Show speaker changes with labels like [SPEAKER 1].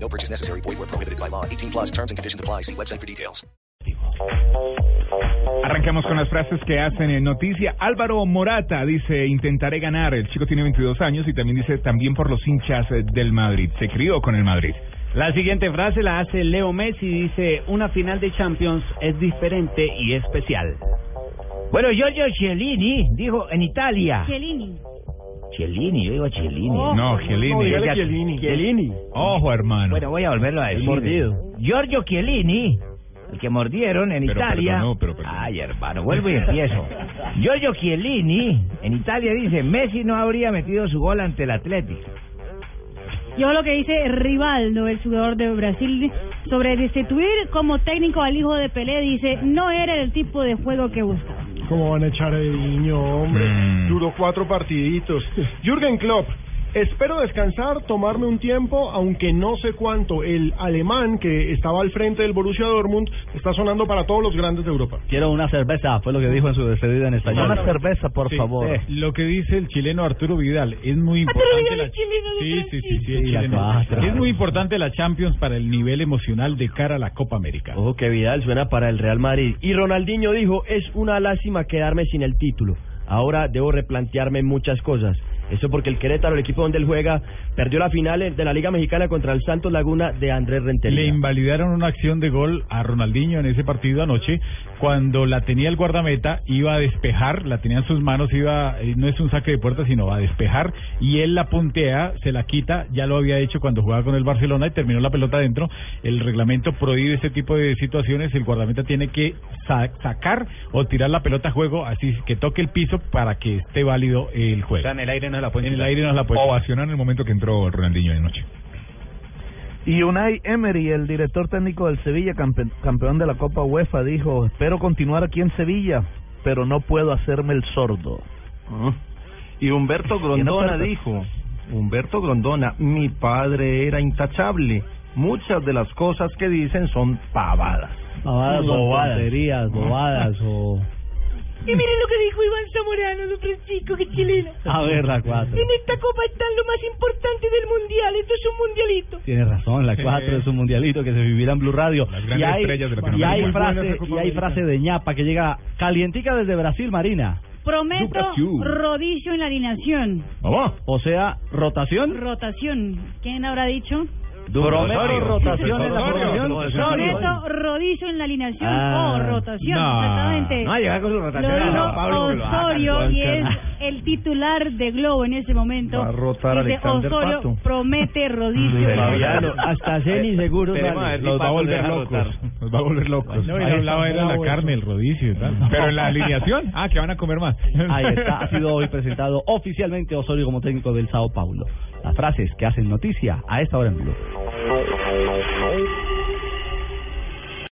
[SPEAKER 1] No purchase necessary. Void where prohibited by law. 18 plus terms and conditions apply. See website for details.
[SPEAKER 2] Arrancamos con las frases que hacen en noticia. Álvaro Morata dice, intentaré ganar. El chico tiene 22 años y también dice, también por los hinchas eh, del Madrid. Se crió con el Madrid.
[SPEAKER 3] La siguiente frase la hace Leo Messi, dice, una final de Champions es diferente y especial.
[SPEAKER 4] Bueno, Giorgio Chiellini dijo en Italia.
[SPEAKER 5] Chiellini.
[SPEAKER 4] Chiellini, yo digo Chiellini.
[SPEAKER 2] No, Chiellini.
[SPEAKER 4] Ella-
[SPEAKER 3] Chiellini.
[SPEAKER 2] Ojo, hermano.
[SPEAKER 4] Bueno, voy a volverlo a decir.
[SPEAKER 3] mordido.
[SPEAKER 4] Giorgio Chiellini, el que mordieron en
[SPEAKER 2] Pero
[SPEAKER 4] Italia.
[SPEAKER 2] perdonó, pero perdonó.
[SPEAKER 4] Ay, hermano, vuelvo y empiezo. Giorgio Chiellini, en Italia, dice: Messi no habría metido su gol ante el Atlético.
[SPEAKER 5] Yo lo que dice Rivaldo, el jugador de Brasil, sobre destituir como técnico al hijo de Pelé, dice, no era el tipo de juego que buscaba.
[SPEAKER 6] ¿Cómo van a echar a niño, hombre?
[SPEAKER 2] Mm.
[SPEAKER 6] Duró cuatro partiditos. Jürgen Klopp, espero descansar, tomarme un tiempo, aunque no sé cuánto. El alemán que estaba al frente del Borussia Dortmund está sonando para todos los grandes de Europa.
[SPEAKER 3] Quiero una cerveza, fue lo que dijo en su despedida en español.
[SPEAKER 6] Una
[SPEAKER 3] cerveza, por
[SPEAKER 6] favor.
[SPEAKER 2] Lo que dice el chileno Arturo Vidal es muy
[SPEAKER 5] Arturo
[SPEAKER 2] importante.
[SPEAKER 5] Vidal
[SPEAKER 2] la-
[SPEAKER 5] es chileno,
[SPEAKER 2] Sí,
[SPEAKER 5] Vidal
[SPEAKER 2] sí,
[SPEAKER 5] es
[SPEAKER 2] sí, sí, es
[SPEAKER 3] chileno.
[SPEAKER 2] chileno.
[SPEAKER 3] Sí, claro.
[SPEAKER 2] Es muy importante la Champions para el nivel emocional de cara a la Copa América.
[SPEAKER 3] Ojo que Vidal suena para el Real Madrid. Y Ronaldinho dijo, es una lástima quedarme sin el título. Ahora debo replantearme muchas cosas. Eso porque el Querétaro, el equipo donde él juega, perdió la final de la Liga Mexicana contra el Santos Laguna de Andrés
[SPEAKER 2] Le
[SPEAKER 3] Rentería.
[SPEAKER 2] invalidaron una acción de gol a Ronaldinho en ese partido anoche cuando la tenía el guardameta, iba a despejar, la tenía en sus manos, iba eh, no es un saque de puerta, sino a despejar y él la puntea, se la quita, ya lo había hecho cuando jugaba con el Barcelona y terminó la pelota adentro. El reglamento prohíbe este tipo de situaciones, el guardameta tiene que sa- sacar o tirar la pelota a juego, así que toque el piso para que esté válido el juego. en el aire no la pueden. En el aire no la pueden. en el momento que entró Ronaldinho anoche.
[SPEAKER 7] Y Unai Emery, el director técnico del Sevilla, campe- campeón de la Copa UEFA, dijo, espero continuar aquí en Sevilla, pero no puedo hacerme el sordo.
[SPEAKER 8] Ah. Y Humberto Grondona
[SPEAKER 7] ofertas.
[SPEAKER 8] dijo, Humberto Grondona, mi padre era intachable. Muchas de las cosas que dicen son pavadas.
[SPEAKER 3] Bobadas,
[SPEAKER 7] Bobadas.
[SPEAKER 3] tonterías, bobadas o...
[SPEAKER 5] Y miren lo que dijo Iván Zamorano sobre chico que es chileno.
[SPEAKER 3] A ver, la cuatro.
[SPEAKER 5] En esta copa están lo más importante del mundial, esto es un mundialito.
[SPEAKER 3] Tiene razón, la 4 es un mundialito que se vivirá en Blue Radio.
[SPEAKER 2] Las grandes
[SPEAKER 3] y hay,
[SPEAKER 2] estrellas de
[SPEAKER 3] y
[SPEAKER 2] Latinoamérica.
[SPEAKER 3] hay
[SPEAKER 2] Muy buena
[SPEAKER 3] frase,
[SPEAKER 2] esa Copa
[SPEAKER 3] y hay
[SPEAKER 2] América.
[SPEAKER 3] frase de ñapa que llega calientica desde Brasil, Marina.
[SPEAKER 5] Prometo
[SPEAKER 2] Lucas Yu.
[SPEAKER 5] rodillo en la alineación.
[SPEAKER 2] Vamos.
[SPEAKER 3] O sea, rotación.
[SPEAKER 5] Rotación. ¿Quién habrá dicho?
[SPEAKER 3] Prometo
[SPEAKER 2] Osorio.
[SPEAKER 3] rotación en la
[SPEAKER 2] Osorio.
[SPEAKER 3] formación.
[SPEAKER 2] Osorio.
[SPEAKER 3] Osorio.
[SPEAKER 5] Prometo rodillo en la alineación
[SPEAKER 3] Ah,
[SPEAKER 5] o rotación,
[SPEAKER 2] no,
[SPEAKER 5] exactamente.
[SPEAKER 4] No, llega con su rotación.
[SPEAKER 5] Lo
[SPEAKER 4] No,
[SPEAKER 5] dijo
[SPEAKER 4] no, Pablo, lo hagan,
[SPEAKER 5] Osorio
[SPEAKER 4] Juan,
[SPEAKER 5] y es
[SPEAKER 4] carnal.
[SPEAKER 5] el titular de Globo en ese momento.
[SPEAKER 8] Va a rotar
[SPEAKER 5] Dice,
[SPEAKER 8] Alexander
[SPEAKER 5] Osorio
[SPEAKER 8] Pato".
[SPEAKER 5] promete rodillo.
[SPEAKER 8] Pero
[SPEAKER 3] Fabiano, hasta semi seguro.
[SPEAKER 4] Esperemos
[SPEAKER 3] sale.
[SPEAKER 4] a ver si
[SPEAKER 3] Los va a
[SPEAKER 4] Paco
[SPEAKER 3] volver
[SPEAKER 4] deja
[SPEAKER 3] locos.
[SPEAKER 4] rotar.
[SPEAKER 2] Nos va a volver locos. No,
[SPEAKER 3] Ahí
[SPEAKER 2] él hablaba
[SPEAKER 3] está,
[SPEAKER 2] era la
[SPEAKER 3] bravo
[SPEAKER 2] carne, el rodicio y tal. Pero en la alineación, ah, que van a comer más.
[SPEAKER 3] Ahí está, ha sido hoy presentado oficialmente Osorio como técnico del Sao Paulo. Las frases que hacen noticia a esta hora en Blue.